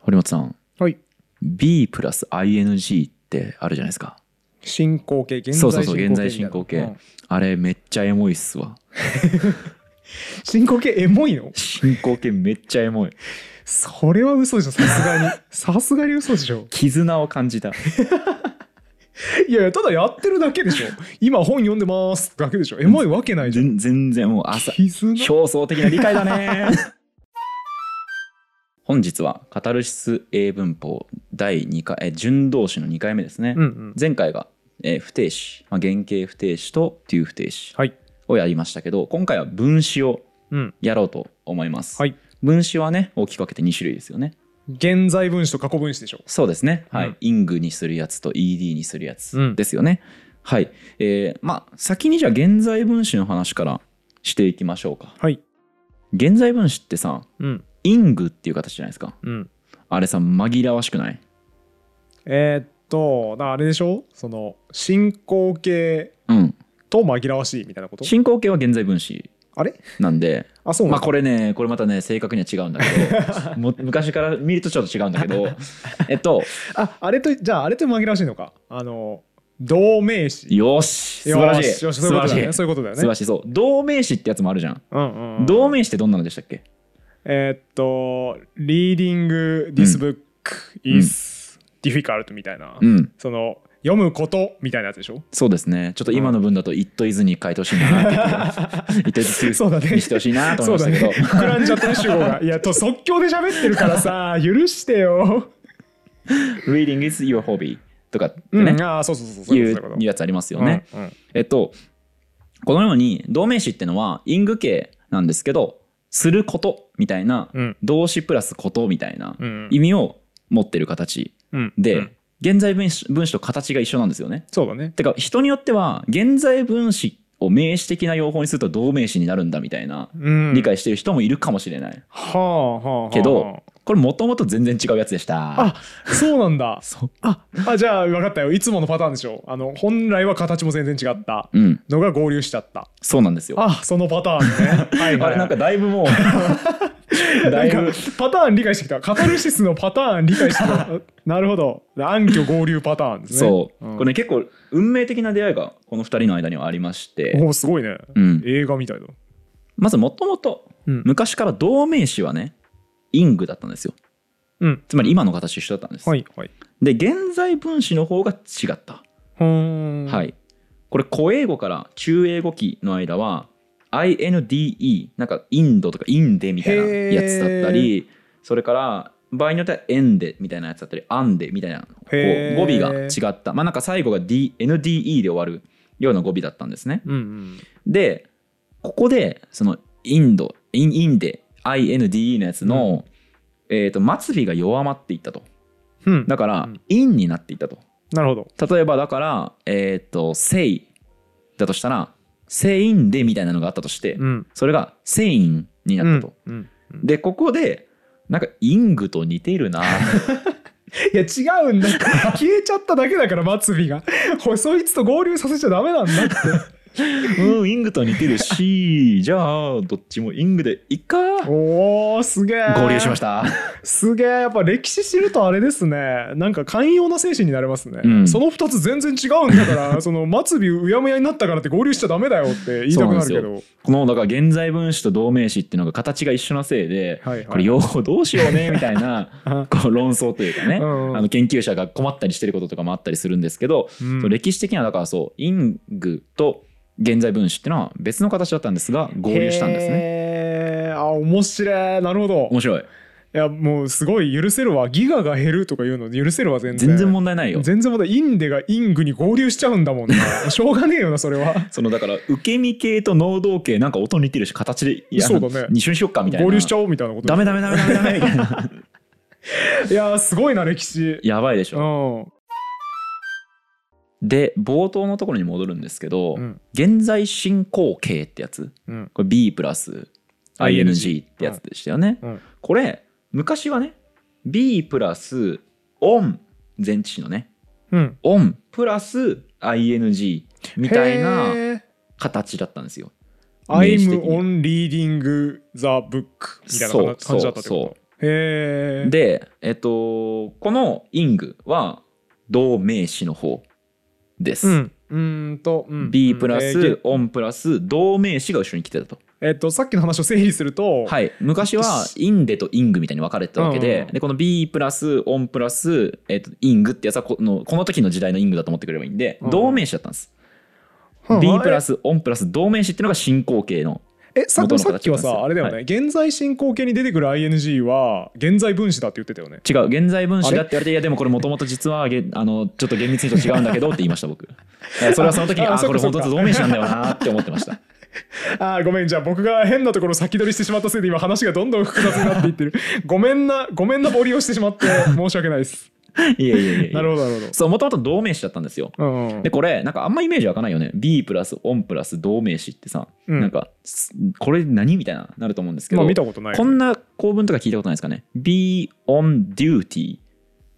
本さんはい。 B プラス ING ってあるじゃないですか進行形、現在そ進行形みたいうな。そうそう現在進行形、うんあれめっちゃエモいっすわ進行形エモいの進行形めっちゃエ モいそれは嘘でしょ、さすが に。さすがに嘘でしょ。絆を感じたいやいや、ただやってるだけでしょ。今本読んでますだけでしょ。エモいわけないじゃん。全全然もう朝絆表層的な理解だね 本日はカタルシス英文法第2回え順動詞の2回目ですね、うんうん。前回が、えー不定詞、まあ、原型不定詞と to 不定詞はい。をやりましたけど今回は分詞をうん。やろうと思います、はい。分詞はね大きく分けて2種類ですよね現在分詞と過去分詞でしょ。そうですね、はいうんイングにするやつと ED にするやうつんですよね、はいえーまあ先にじゃあ現在分詞の話からしていきましょうかはい。現在分詞ってさうん。イングっていう形じゃないですかうん。あれさ紛らわしくないえーっと、だからあれでしょその、進行形うんと紛らわしいみたいなこと進行形は現在分詞あれなんであ、そうまなあの、これねこれまたね正確には違うんだけ ども昔から見るとちょっと違うんだけどえっとあ、あれと、じゃああれと紛らわしいのか。あの、同名詞。よし素晴らしいよよそう素いう晴こらとしだい、よね。そういうことだよ素晴ねら。しいそう同名詞ってやつもあるじゃん、うんうんうん。同名詞ってどんなのでしたっけえーっと、リーディング・ディスブック・ん is difficult みたいな、うんその、読むことみたいなやつでしょそうですねちょっと今の分だと「イットイズに書いてほしいなって いう「イットイズそうだねにしてほしいなと思いましたけど、膨らんじゃってる主語 が。いや、と即興で喋ってるからさ、許してよ。 Reading is your hobby とかってうねん、、ああ、そうそうそう、そういいううことそういういうやつありますよこと。ね、うんうんえっと、このように動名詞ってのは因具形なんですけど、することみたいな、うん動詞プラスことみたいなうん意味を持ってる形うんで、うん現在分詞分詞と形が一緒なんですよね。そうだね。てか、人によっては、現在分詞を名詞的な用法にすると動名詞になるんだみたいなうん理解してる人もいるかもしれない。はあはあはあ。けど、これもともと全然違うやつでした。あ そうなんだ。そう。あ、じゃあ分かったよ。いつものパターンでしょ。あの、本来は形も全然違ったうん、のが合流しちゃった。そうなんですよ。あ、そのパターン ね。はいはいはあいれなんかだい ぶもう、だないんかぶ。パターン理解してきたカタルシスのパターン理解してき たあなるほど暗挙合流パターンですねそう、んこれね結構運命的な出会いがこの2人の間にはありまして、おーすごいね、うん、映画みたいだまずもともとうん昔から同名詞はねイングだったんですようんつまり今の形一緒だったんです、はいはいで現在分詞の方が違った、ほーんはいこれ古英語から中英語期の間は INDE なんかインドとかインデみたいなやつだったりそれから場合によってはエンデみたいなやつだったりアンデみたいなこへうー語尾が違ったまあなんか最後が、D、NDE で終わるような語尾だったんですねうんうんでここでそのインドインインデ INDE のやつの、えー、と末尾が弱まっていったとうんだから、うんインになっていったとなるほど例えばだからえっ、と「セイ」だとしたら「セインデ」みたいなのがあったとして、うんそれが「セイン」になったと、うんうんでここでなんかイングと似てい るないや違うんだ 消えちゃっただけだから末尾がおいそいつと合流させちゃダメなんだってうんイングと似てるしじゃあどっちもイングでいっかおおすげえ合流しましたすげえやっぱ歴史知るとあれですねなんか寛容な精神になれますね、うんその2つ全然違うんだから その末尾うやむやになったからって合流しちゃダメだよって言いたくなるけそうどこのだから現在分詞と同名詞っていうのが形が一緒なせいで、はいはいこれ用法どうしようねみたい なこう論争というかね、うんうんあの研究者が困ったりしてることとかもあったりするんですけど、うんその歴史的にはだからそうイングと現在分詞っていうのは別の形だったんですが合流したんですね。ねあ面白いなるほど面白いいやもうすごい許せるわギガが減るとか言うの許せるわ全然全然問題ないよ。全然まだインデがイングに合流しちゃうんだも んなしょうがねえよなそれはそのだから受け身系と能動系なんか音似てるし形でいやそうだね二緒にしよっかみたいな合流しちゃおうみたいなことダメダメダメダメダメみたい ないやすごいな歴史やばいでしうょ。んで冒頭のところに戻るんですけど、うん現在進行形ってやつうんこれ B プラス ING ってやつでしたよね、うんこれ昔はね B プラス ON 前置詞のねうん ON プラス ING みたいなへー形だったんですよ名詞 I'm 的に on reading the book みたいなそう感じだったってそうそこうへえ。で、えっと、このイングは動名詞の方です。うん。うーんと、うん、 B プラえース、オンプラス、動名詞が後ろに来てたと。えっと、さっきの話を整理すると、はい、昔はインデとイングみたいに分かれてたわけうんうでん,、うんでこの B プラスオンプラス、えっとイングってやつはこのこの時の時代のイングだと思ってくればいいんで、うんうん同名詞だったんです、うん B プラスオンプラス同名詞っていうのが進行形のえさ元のさっき形なんはですさよあれだよね、は現在進行形に出てくる ING は現在分子だって言ってたよね違う現在分あ詞れだって言われていやでもこれもともと実はげあのちょっと厳密に言うと違うんだけどって言いました 僕えそれはその時にあああそっこかれそっ本か当と同名詞なんだよなって思って ました あーごめんじゃあ僕が変なところ先取りしてしまったせいで今話がどんどん複雑になっていってる ごめんなごめんなボリをしてしまって申し訳ない ですいやいやいやいなやるほどなるほそうもともと同名詞だったんですよどうんでこれなんかあんまイメージ湧かないよね B プラスオンプラス同名詞ってさ、うんなんかすこれ何みたいななると思うんですけど、まあ見たことないこんな構文とか聞いたことないですかね Be on duty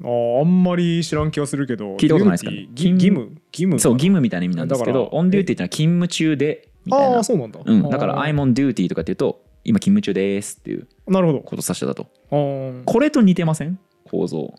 あーあんまり知らん気がするけど聞いたことないですかね duty ぎ義務義務そう義務みたいな意味なんですけだどから on duty っていうのは勤務中でみたいあなあそうなんだ、うん、だからあ I'm on ー duty とかっていうと今勤務中ですっていうなるほどことを指してたとあーこれと似てません構造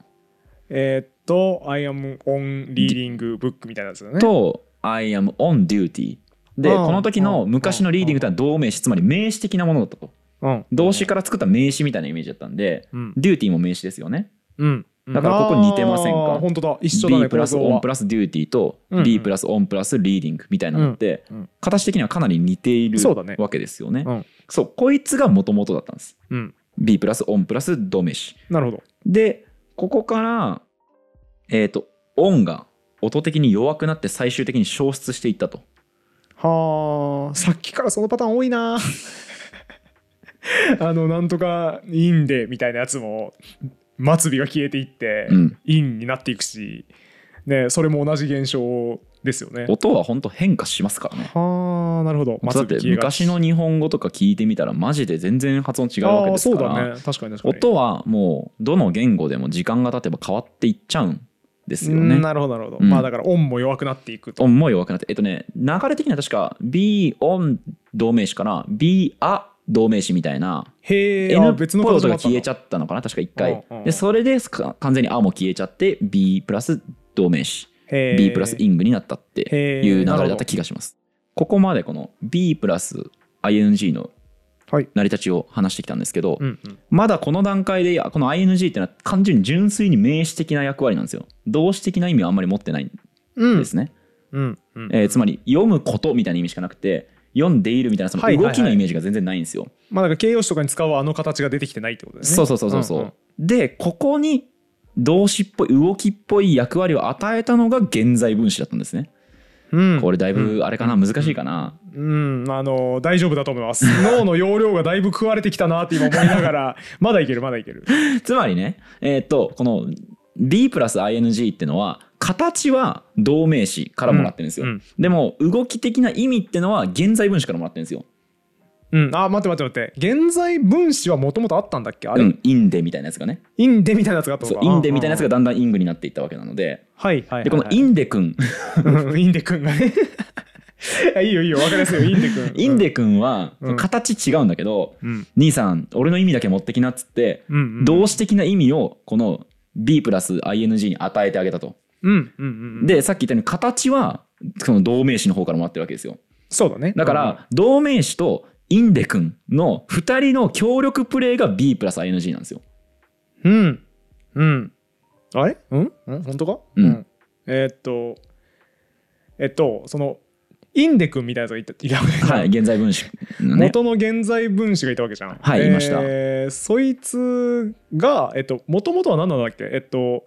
えーっと I am on reading book みたいなやつだねと I am on duty であこーの時あーの昔のリーディングとは同名詞つまり名詞的なものだったとうん動詞から作った名詞みたいなイメージだったんでうんデューティーも名詞ですよね。うんだからここ似てませんかあー本当だ一緒だね B プラス構造オはンプラスデューティーとうんうん B プラスオンプラスリーディングみたいなのってうんうん形的にはかなり似ているそうだねわけですよねうん。そう、こいつがもともとだったんです。うん、 B プラスオンプラス動名詞。なるほど。で、ここから、えっと、オンが音的に弱くなって最終的に消失していったと。はあ、さっきからそのパターン 多いな。あの、なんとか、インでみたいなやつも、末尾が消えていって、うんインになっていくし、ね、それも同じ現象ですよね。音は本当変化しますからね。はあ、なるほど。だって昔の日本語とか聞いてみたらマジで全然発音違違うわけですかそうらだね。確かに確かに。音はもうどの言語でも時間が経てば変わっていっちゃうんですようんね。なるほど、なるほど。うんまあだから、音も弱くなっていくと。音も弱くなって、えっとね、流れ的には確か B on 動名詞から B a 動名詞みたいなへえ、あ N っぽ別いの音が消えちゃゃったのかな確か一うん回うんうんでそれでか完全に A も消えちゃって B プラス動名詞う。へえ B プラスイングになったっていう流れだった気がしますここまでこの B プラス ING のはい成り立ちを話してきたんですけど、うんうん。まだこの段階でいやこの ING ってのは単純に純粋に名詞的な役割なんですよ動詞的な意味はあんまり持ってないんうんですね、うんうんえーつまり読むことみたいな意味しかなくて読んでいるみたいなそのはいはいは動いきのイメージが全然ないんですよ、まあなんか形容詞とかに使うあの形が出てきてないってことだよね。そうそうそうそうそう、んんでここに動詞っぽい動きっぽい役割を与えたのが現在分詞だったんですねうん、これだいぶあれかな、難しいかな、うん、あの大丈夫だと思います脳の容量がだいぶ食われてきたなって今思いながら まだいけるまだいけるつまりねえーっとこの B プラス ING ってのは形は動名詞からもらってるんですよ、うんでも動き的な意味ってのは現在分詞からもらってるんですようんあ待って待って待って現在分子はもともとあったんだっけあれ、うん、インデみたいなやつがねインデみたいなやつがあったのそかうインデみたいなやつがあだんだんイングになっていったわけなのでああはいはいはい、はい、でこのインデ君うん インデくんがね あいいよいいよわかりやすいよインデくんインデ君はうん形違うんだけど、うん兄さん俺の意味だけ持ってきなっつって、うんうん動詞的な意味をこの B プラス ING に与えてあげたと、うんうんうんでさっき言ったように形はその動名詞の方からもらってるわけですよそうだねだから同名詞とインデ君の2人の協力プレーが B プラス ING なんですよ。うん。うん。あれうんうん本当かうんえーっと、えっと、その、インデ君みたいなやつがいたいたわけじゃんはい、現在分詞のね。元の現在分子がいたわけじゃん。はいいましたえーそいつが、えっと、もともとは何なんだっけえっと、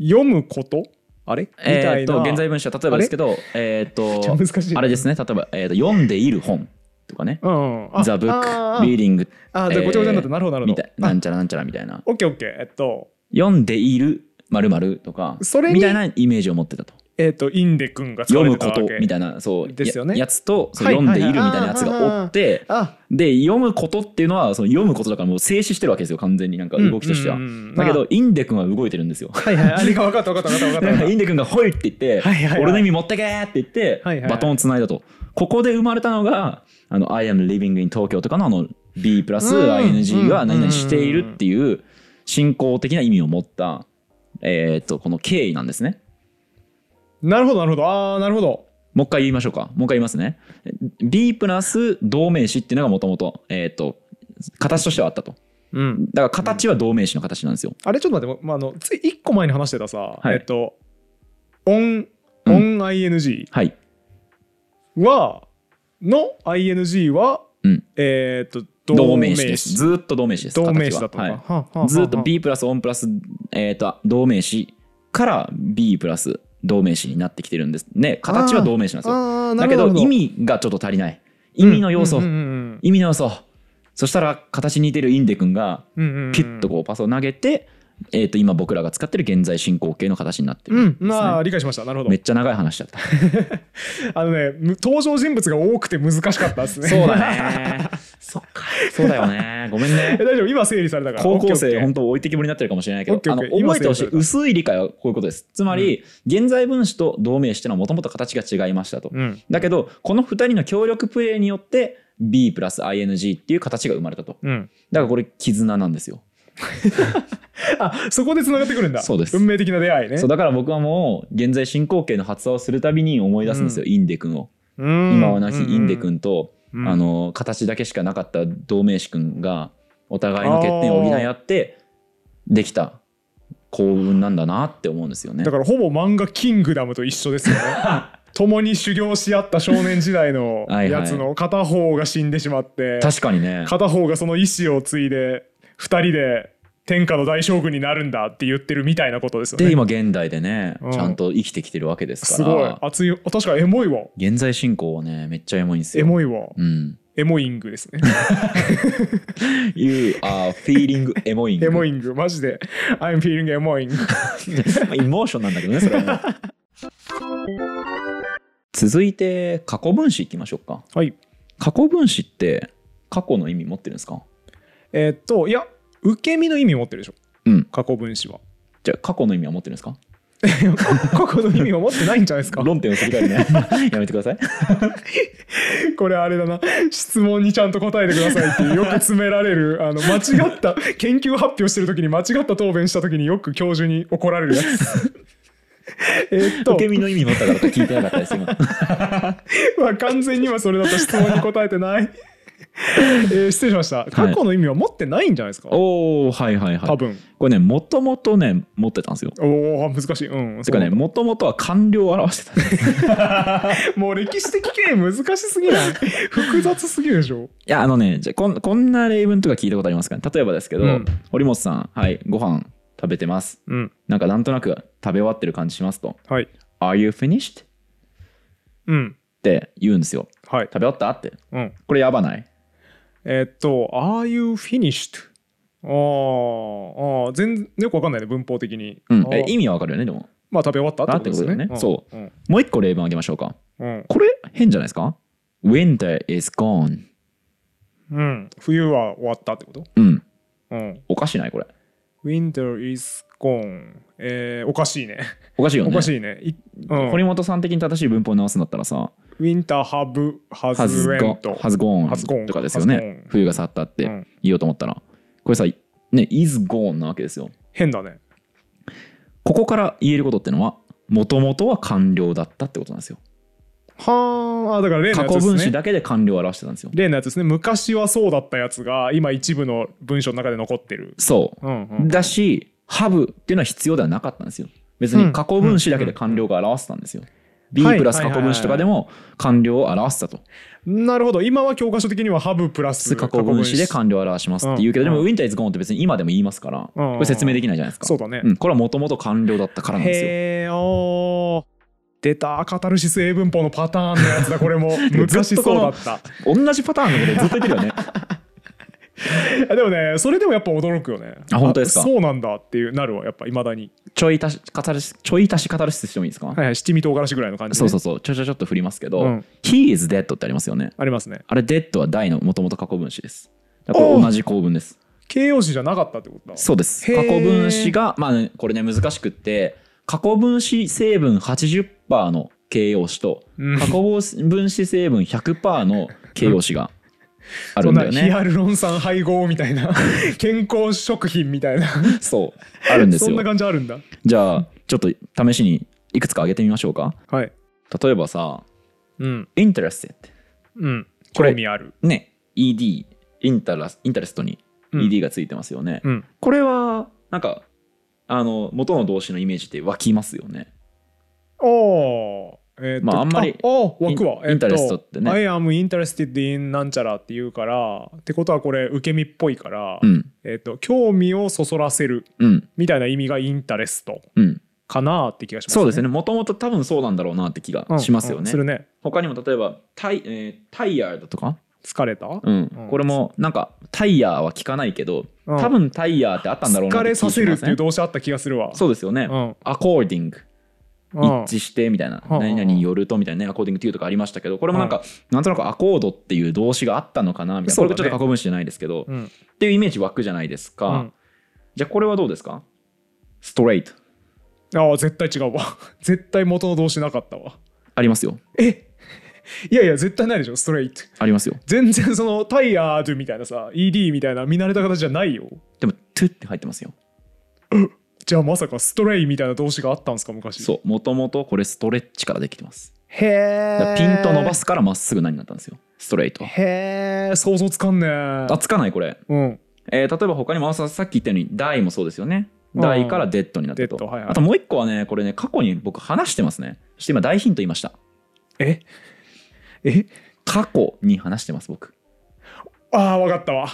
読むことあれみたえーいっとな。現在分詞は例えばですけど、えーっちょっとと難しいなあれですね、例えば、えーっと読んでいる本とかね、うんうん。あ The あ Book、ー Reading あー、でごちゃごちゃになって、えーなるほど、なるみほたいど。なあんちゃらなんちゃらみたいな、オッケーオッケー。えっと、読んでいるまるとかそれにみたいなイメージを持ってたと。えっと、インデ君が使読われむてたこわけとみたいなそうですよねややつとそうはい読んでいるみたいなやつがおって、あ、で読むことっていうのはその読むことだからもう静止してるわけですよ完全になんか動きとしては、うんうんうんだけどインデ君は動いてるん ですよ はいはい。あれが分かった分かった分かった分かだったか。らインデ君が「ほい!」って言ってはいはいはい俺の意味持ってけ!」って言ってはいはいはいバトンをつないだとここで生まれたのが「あの I am living in Tokyo」とかのあの B プラスうん ING が何々しているっていう信仰的な意味を持った、えーっとこの経緯なんですね。なるほどなるほどああなるほどもう一回言いましょうか。もう一回言いますね。B プラス同名詞っていうのがもともと、えーっと、形としてはあったと。うんだから形は同名詞の形なんですよ。あれちょっと待って、まあ、あのつい1個前に話してたはさ、いえっとオンオうン ING はい。は、の ING は、うんえっと同名詞です。ずーっと同名詞です。同名詞形だはったのか、はいはあはあはあずーっと B プラス ON プラス、えー、と同名詞から B プラス同名詞になってきてるんですね形は同名詞なんですよあーだなるけほどなるほ意味がちょっと足りない意味の要素、うんうん意味の要素そしたら形に似てるインデ君がうんうんうんうんうんピュッとこうパスを投げて、えー、と今僕らが使ってる現在進行形の形になってるうんんです、ねまあ理解しましたなるほめどっちゃ長い話だ ったあのねむ登場人物が多くて難しかったです ねねそっかそうだよねごめん えね大丈夫今整理されたから高校オッケ生ーオッケー本当置いてきぼりになってるかもしれないけどオッケーあのオッケー今覚えてほしい整理された薄い理解はこういうことですつまり、現在分詞と同名詞ってのはもともと形が違いましたと、うんだけどこの2人の協力プレーによって B プラス ING っていう形が生まれたとうんだからこれ絆なんですよ、あそこで繋がってくるんだそうです運命的な出会いねそうだから僕はもう現在進行形の発話をするたびに思い出すんですよ、インデ君を今今はなきインデん君と、うんあの形だけしかなかった同盟士君がお互いの欠点を補い合ってできた幸運なんだなって思うんですよねだからほぼ漫画「キングダム」と一緒ですよね 共に修行し合った少年時代のはいはいやつの片方が死んでしまって確かにね片方がその意志を継いで二人で天下の大将軍になるんだって言ってるみたいなことですよでね今現代でね、うんちゃんと生きてきてるわけですすかごいら熱い確かにエモいわ現在進行はねめっちゃエモいんですエよモいわうん、エモイン グですね You are feeling エモい エモイングマジで I'm feeling エモイングまあイモーションなんだけどねそれはもう 続いて過去分詞いきましょうかはい過去分詞って過去の意味持ってるんですかえーっといや受け身の意味持ってるでしょ、うん過去分詞は じゃあ過去の意味は持ってるんですか過去の意味は持ってないんじゃないですか論点をすり替えるね やめてくださいこれあれだな質問にちゃんと答えてくださいっていうよく詰められるあの間違った研究発表してる時に間違った答弁した時によく教授に怒られるや つえーっと受け身の意味持ったからと聞いてなかったです今 まあ完全にはそれだと質問に答えてない、えー失礼しました過去の意味は持ってないんじゃないですか、おおはいはいは多い分これねもともとね持ってたんですよおお難しいうんてかねもともとは官僚を表してたんです いもう歴史的経営難しすぎない複雑すぎるでしょやあのねじゃあこんこんな例文とか聞いたことありますかね例えばですけど、うん堀本さんはいご飯食べてますうんなんかなんとなく食べ終わってる感じしますとはい「Are you finished?」っうんて言うんですよはい食べ終わったってうんこれやばないえーっと、Are you finished? あーあー、全然よくわかんないね、文法的に。うんあ、えー意味はわかるよねでもまあ、食べ終わったってことですよね。あってことうん。もう一個例文あげましょうかうんこれ変じゃないですか ?Winter is gone うんうん冬は終わったってことうんうん。おかしないこれ Winter is gone. えー、おかしいね。おかしいよねおかしいね。いうん堀本さん的に正しい文法を直すんだったらさ Winter have 「ハズ has ゴ went. ン」ハズゴ has gone ンとかですよ has gone ね冬が去ったっうてん言おうと思ったらこれさね「is gone」なわけですよ変だね。ここから言えることってのはもともとは完了だったってことなんですよはあ、あだから例の過やつ去です分詞ね。だけで完了を表してたんですよ例のやつですね。昔はそうだったやつが、今一部の文章の中で残ってる。そううんうん。だし、ハブっていうのは必要ではなかったんですよ。別に過去分詞だけで完了が表せたんですよ。B はいプラス過去分詞とかでも完了を表せたと。なるほど。今は教科書的にはハブプラス過去分詞で完了を表しますって言うけど、でうもん Winter is gone って別に今でも言いますから、うんこれ説明できないじゃないですか。そうだねんこれはもともと完了だったからなんですよ。へえおー出たカタルシス英文法のパターンのやつだこれ も昔そうだった同じパターンのことずっと言ってるよね。いやでもねそれでもやっぱ驚くよねあ本当ですかあそうなんだっていうなるわやっぱいまだに ちょい足し、カタルシスちょい足しカタルシスしてもいいですか、はいはい七味唐辛子ぐらいの感じ、ね、そうそうそう、ちょちょちょっと振りますけど、うん He is dead ってありますよね。ありますねあれ、dead は die のもともと過去分詞です。だからこれ同じ構文です。形容詞じゃなかったってことだそうですへ過ー去分詞がまあね、これね難しくって過去分詞成分80%の形容詞とうん 過去分詞成分100%の形容詞があるんだよそんなヒねアルロン酸配合みた いな健康食品みたいなそうあるんですそんよな感じあるんだじゃあちょっと試しにいくつか挙げてみましょうかはい例えばさうん「interested うんこれ興味ある」ね ED インタラスインタレストにうん ED がついてますよね、うんこれはなんかあの元の動詞のイメージって湧きますよねおーえーっとまああんまりああ枠はインインタレストってねえっと I am interested in なんちゃらって言うからってことはこれ受け身っぽいから、うんえーっと興味をそそらせるうんみたいな意味がインタレストうんかなって気がしますそうですねもともと多分そうなんだろうなって気がしますようんうんね、するね他にも例えばタイ、えータイヤーだとか、疲れた、うんんこれもなんかタイヤーは聞かないけど、うん多分タイヤーってあったんだろうな疲ってれ気がさしせるまっせてんいう動詞あった気がするわそうですよね、うんアコーディングうん一致してみたいな、うん何々によるとみたいなねアコーディングというとかありましたけどこれもなんか、なんとなくアコードっていう動詞があったのかなみたいな、そこうれだねちょっと過去分詞じゃないですけど、うんっていうイメージ湧くじゃないですか、うんじゃあこれはどうですかストレートああ絶対違うわ 絶対元の動詞なかったわありますよえいやいや絶対ないでしょストレートありますよ全然そのタイヤードみたいなさ ED みたいな見慣れた形じゃないよでも「トゥ」って入ってますよじゃあまさかストレイみたいな動詞があったんですか昔うそうもともとこれストレッチからできてますへだかえらピンと伸ばすからまっすぐ何になったんですよストレートはへえ想像つかんねえあつかないこれ、うんえー例えば他にもささっき言ったように「die」もそうですよね「うん die」から「dead」になったと、 dead はいはいあともう一個はねこれね過去に僕話してますねそして今大ヒント言いましたええ過去に話してます僕ああわかったわ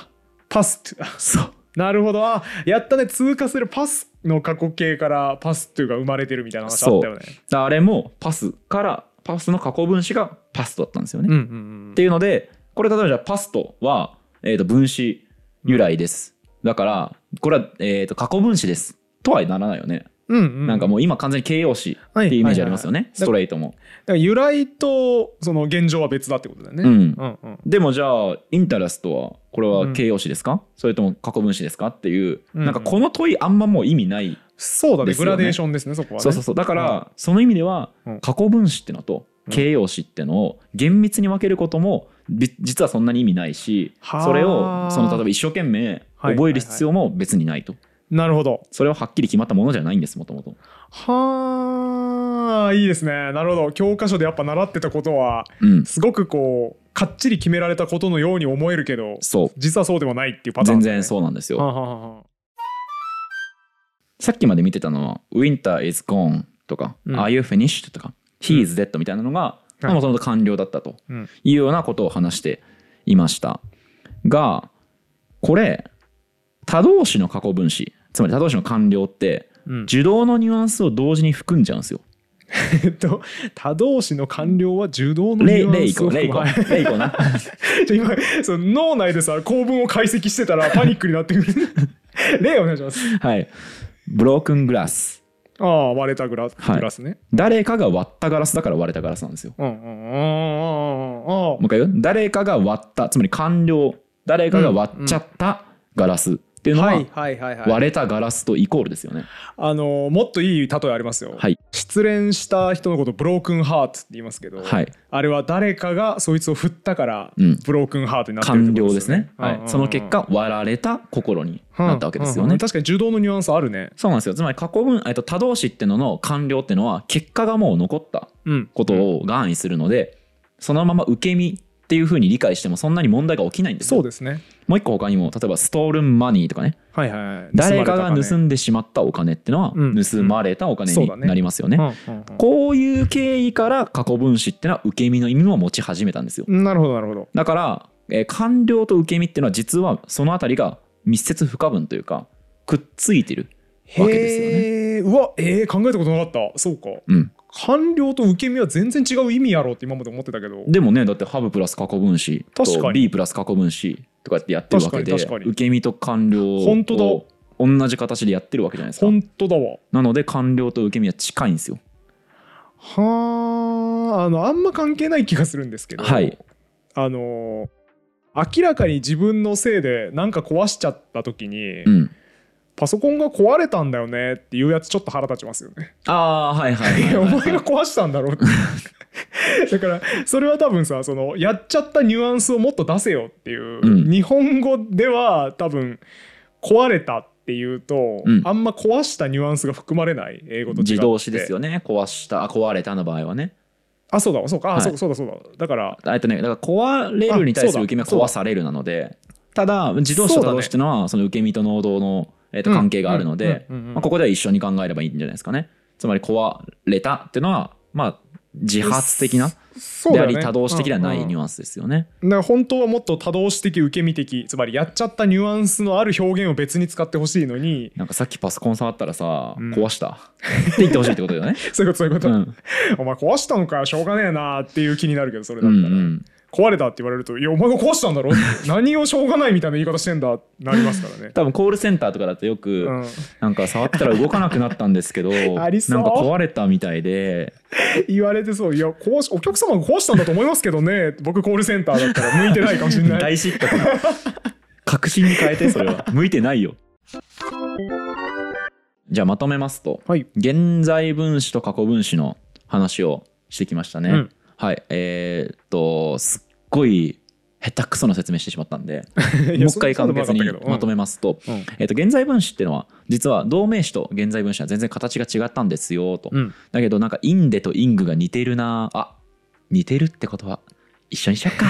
パスってそうなるほどあやったね通過するパスの過去形からパスっていうか生まれてるみたいな話あったよねあれもパスからパスの過去分詞がパストだったんですよね、うんっうんうんていうのでこれ例えばじゃあパストは、えー、と分詞由来です、だからこれは、えー、と過去分詞ですとはならないよね、うんうんなんかもう今完全に形容詞っていうイメージありますよね、はいはいはいストレートもだから由来とその現状は別だってことだよね。うんうんうんでもじゃあインタラストはこれは形容詞ですか、それとも過去分詞ですかっていう、うんなんかこの問いあんまもう意味ない、そうだねですグよねラデーションですねそこはね。そうそうそうだから、その意味ではうん過去分詞ってのとうん形容詞ってのを厳密に分けることもび実はそんなに意味ないしはあそれをその例えば一生懸命はい覚える必要も別にないと、なるほど。それははっきり決まったものじゃないんですもともと。はあいいですねなるほど教科書でやっぱ習ってたことはうんすごくこうかっちり決められたことのように思えるけどそう実はそうでもないっていうパターン全だね、然そうなんですよ、はあはあはあさっきまで見てたのは「Winter is gone」とか「うん Are you finished?」とか「He is dead」みたいなのがいもともと完了だったとうんいうようなことを話していましたがこれ他動詞の過去分詞つまり他動詞の完了ってうん受動のニュアンスを同時に含んじゃうんですよ。えっと他動詞の完了は受動のニレイュアレンイ スをコレイ含コまないレイコ な。ちょ今 その脳内でさ構文を解析してたらパニックになってくる 例お願いしますはい。ブロークングラス。ああ割れたグラ,、はいグラスね誰かが割ったガラスだから割れたガラスなんですよ。うんうんうんうんうんうんもう一回言う誰かが割ったつまり完了誰かが割っちゃったガラスっていうのははいはいはいはい割れたガラスとイコールですよね。あのもっといい例えありますよ、はい失恋した人のことブロークンハートって言いますけど、はいあれは誰かがそいつを振ったからうんブロークンハートになってるって完こと了でですすよねね。はうんいうんう。んその結果割られた心になったわけですようんうんうねん。確かに受動のニュアンスあるねそうなんですよ。つまり過去分えっと他動詞ってのの完了ってのは結果がもう残ったうんことをがんにするのでそのまま受け身っていうふうに理解してもそんなに問題が起きないんですよそうですねもう一個他にも例えばストールンマニーとかねはいはいはい誰かが盗でんでしまったお金ってのはうん盗まれたお金そうだにねなりますよね。こういう経緯から過去分詞ってのは受け身の意味も持ち始めたんですよ。なるほどなるほどだから、えー官僚と受け身っていうのは実はそのあたりが密接不可分というかくっついてるわけですよね。へえうわえー、考えたことなかったそうかうん、官僚と受け身は全然違う意味やろうって今まで思ってたけどでもねだってハブプラス過去分詞と確かに B プラス過去分詞とかってやってるわけで確かに確かに受け身と官僚本当だを同じ形でやってるわけじゃないですか。本当だわなので官僚と受け身は近いんですよ。はああのあんま関係ない気がするんですけど、はい、あのー明らかに自分のせいで何か壊しちゃった時に、うんパソコンが壊れたんだよねっていうやつちょっと腹立ちますよ ね。ああーはいはいい はいやおはい前が壊したんだろうって。 だからそれは多分さそのやっちゃったニュアンスをもっと出せよっていう、うん日本語では多分壊れたっていうと、うんあんま壊したニュアンスが含まれない英語と違って自動詞ですよね壊したあ壊れたの場合はねあそうだそうかあ、はいそうそうだそうだだからあえっとねだから壊れるに対する受け身はあそうだ壊されるなのでただ自動詞とそうだ他ね動詞っていうのはその受け身と能動の、えっとうん関係があるのでうんうんうんうんまあここでは一緒に考えればいいんじゃないですかねつまり壊れたっていうのはまあ自発的なそうでだあよねり多動詞的ではないニュうんうんアンスですよね。だから本当はもっと多動詞的受け身的つまりやっちゃったニュアンスのある表現を別に使ってほしいのに なんかさっきパソコン触ったらさ、うん壊したって言ってほしいってことだよ ね。そういうことそういうこと、うん、お前壊したのかしょうがねえなっていう気になるけどそれだうっんたら、うん壊れたって言われると「いやお前が壊したんだろ 何をしょうがない」みたいな言い方してんだってなりますからね。多分コールセンターとかだとよく、うん、なんか触ったら動かなくなったんですけど ありそなうんか壊れたみたいで言われてそう「いやこうしお客様が壊したんだと思いますけどね」僕コールセンターだったら向いてないかもしれない 大失格な確信に変えてそれは向いてないよじゃあまとめますとはい現在分詞と過去分詞の話をしてきましたね、うんはいえーっとすっごい下手くそな説明してしまったん でもう一回簡潔にまとめめますと,、うんうんえーっと現在分詞っていうのは実は同名詞と現在分詞は全然形が違ったんですよと、うんだけどなんかインデとイングが似てるなあ似てるってことは一緒にしよっか、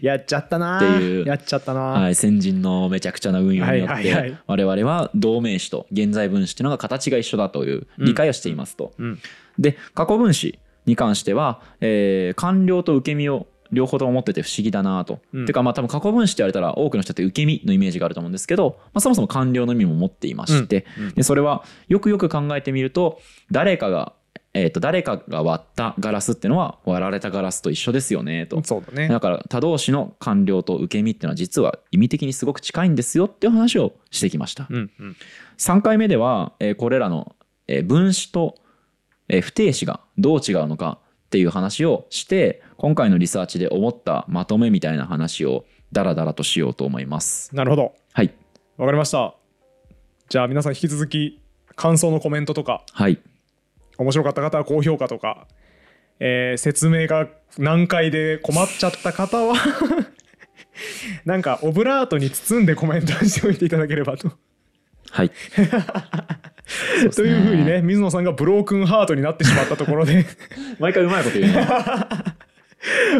やっちゃったなっていうやっちゃったな、はい、先人のめちゃくちゃな運用によはっいはいはてい我々は同名詞と現在分詞っていうのが形が一緒だといううん理解をしていますと、うんで過去分詞に関しては、えー完了と受け身を両方とも持ってて不思議だなと、うんてかまあ多分過去分詞って言われたら多くの人って受け身のイメージがあると思うんですけど、まあ、そもそも完了の意味も持っていまして、うんうんでそれはよくよく考えてみると誰かが、えー、と誰かが割ったガラスっていうのは割られたガラスと一緒ですよねと。そうだねだから他動詞の完了と受け身っていうのは実は意味的にすごく近いんですよっていう話をしてきました。うんうん3回目では、えーこれらの、えー分子と、えー不定詞がどう違うのかっていう話をして今回のリサーチで思ったまとめみたいな話をダラダラとしようと思います。なるほどはい、わかりましたじゃあ皆さん引き続き感想のコメントとかはい、面白かった方は高評価とか、えー説明が難解で困っちゃった方は なんかオブラートに包んでコメントしておいていただければと。はい。というふうにね水野さんがブロークンハートになってしまったところで 毎回うまいこと言うね。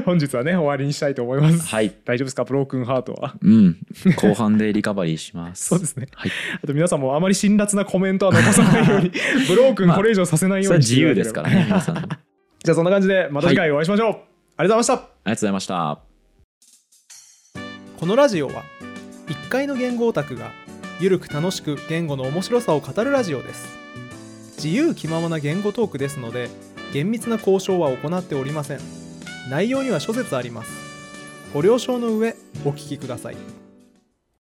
本日はね終わりにしたいと思いま す。はい。大丈夫ですかブロークンハートは。うん。後半でリカバリーします。そうですねはい。あと皆さんもあまり辛辣なコメントは残さな いようにブロークンこれ以上させないそれはように。自由ですかららね、皆さん。ありがじゃあそんな感じでまた次回お会いしましょう。ありがとうございました。とうございました。このラジオは1階の言語オタクがゆるく楽しく言語の面白さを語るラジオです自由気ままな言語トークですので厳密な交渉は行っておりません内容には諸説ありますご了承の上お聞きください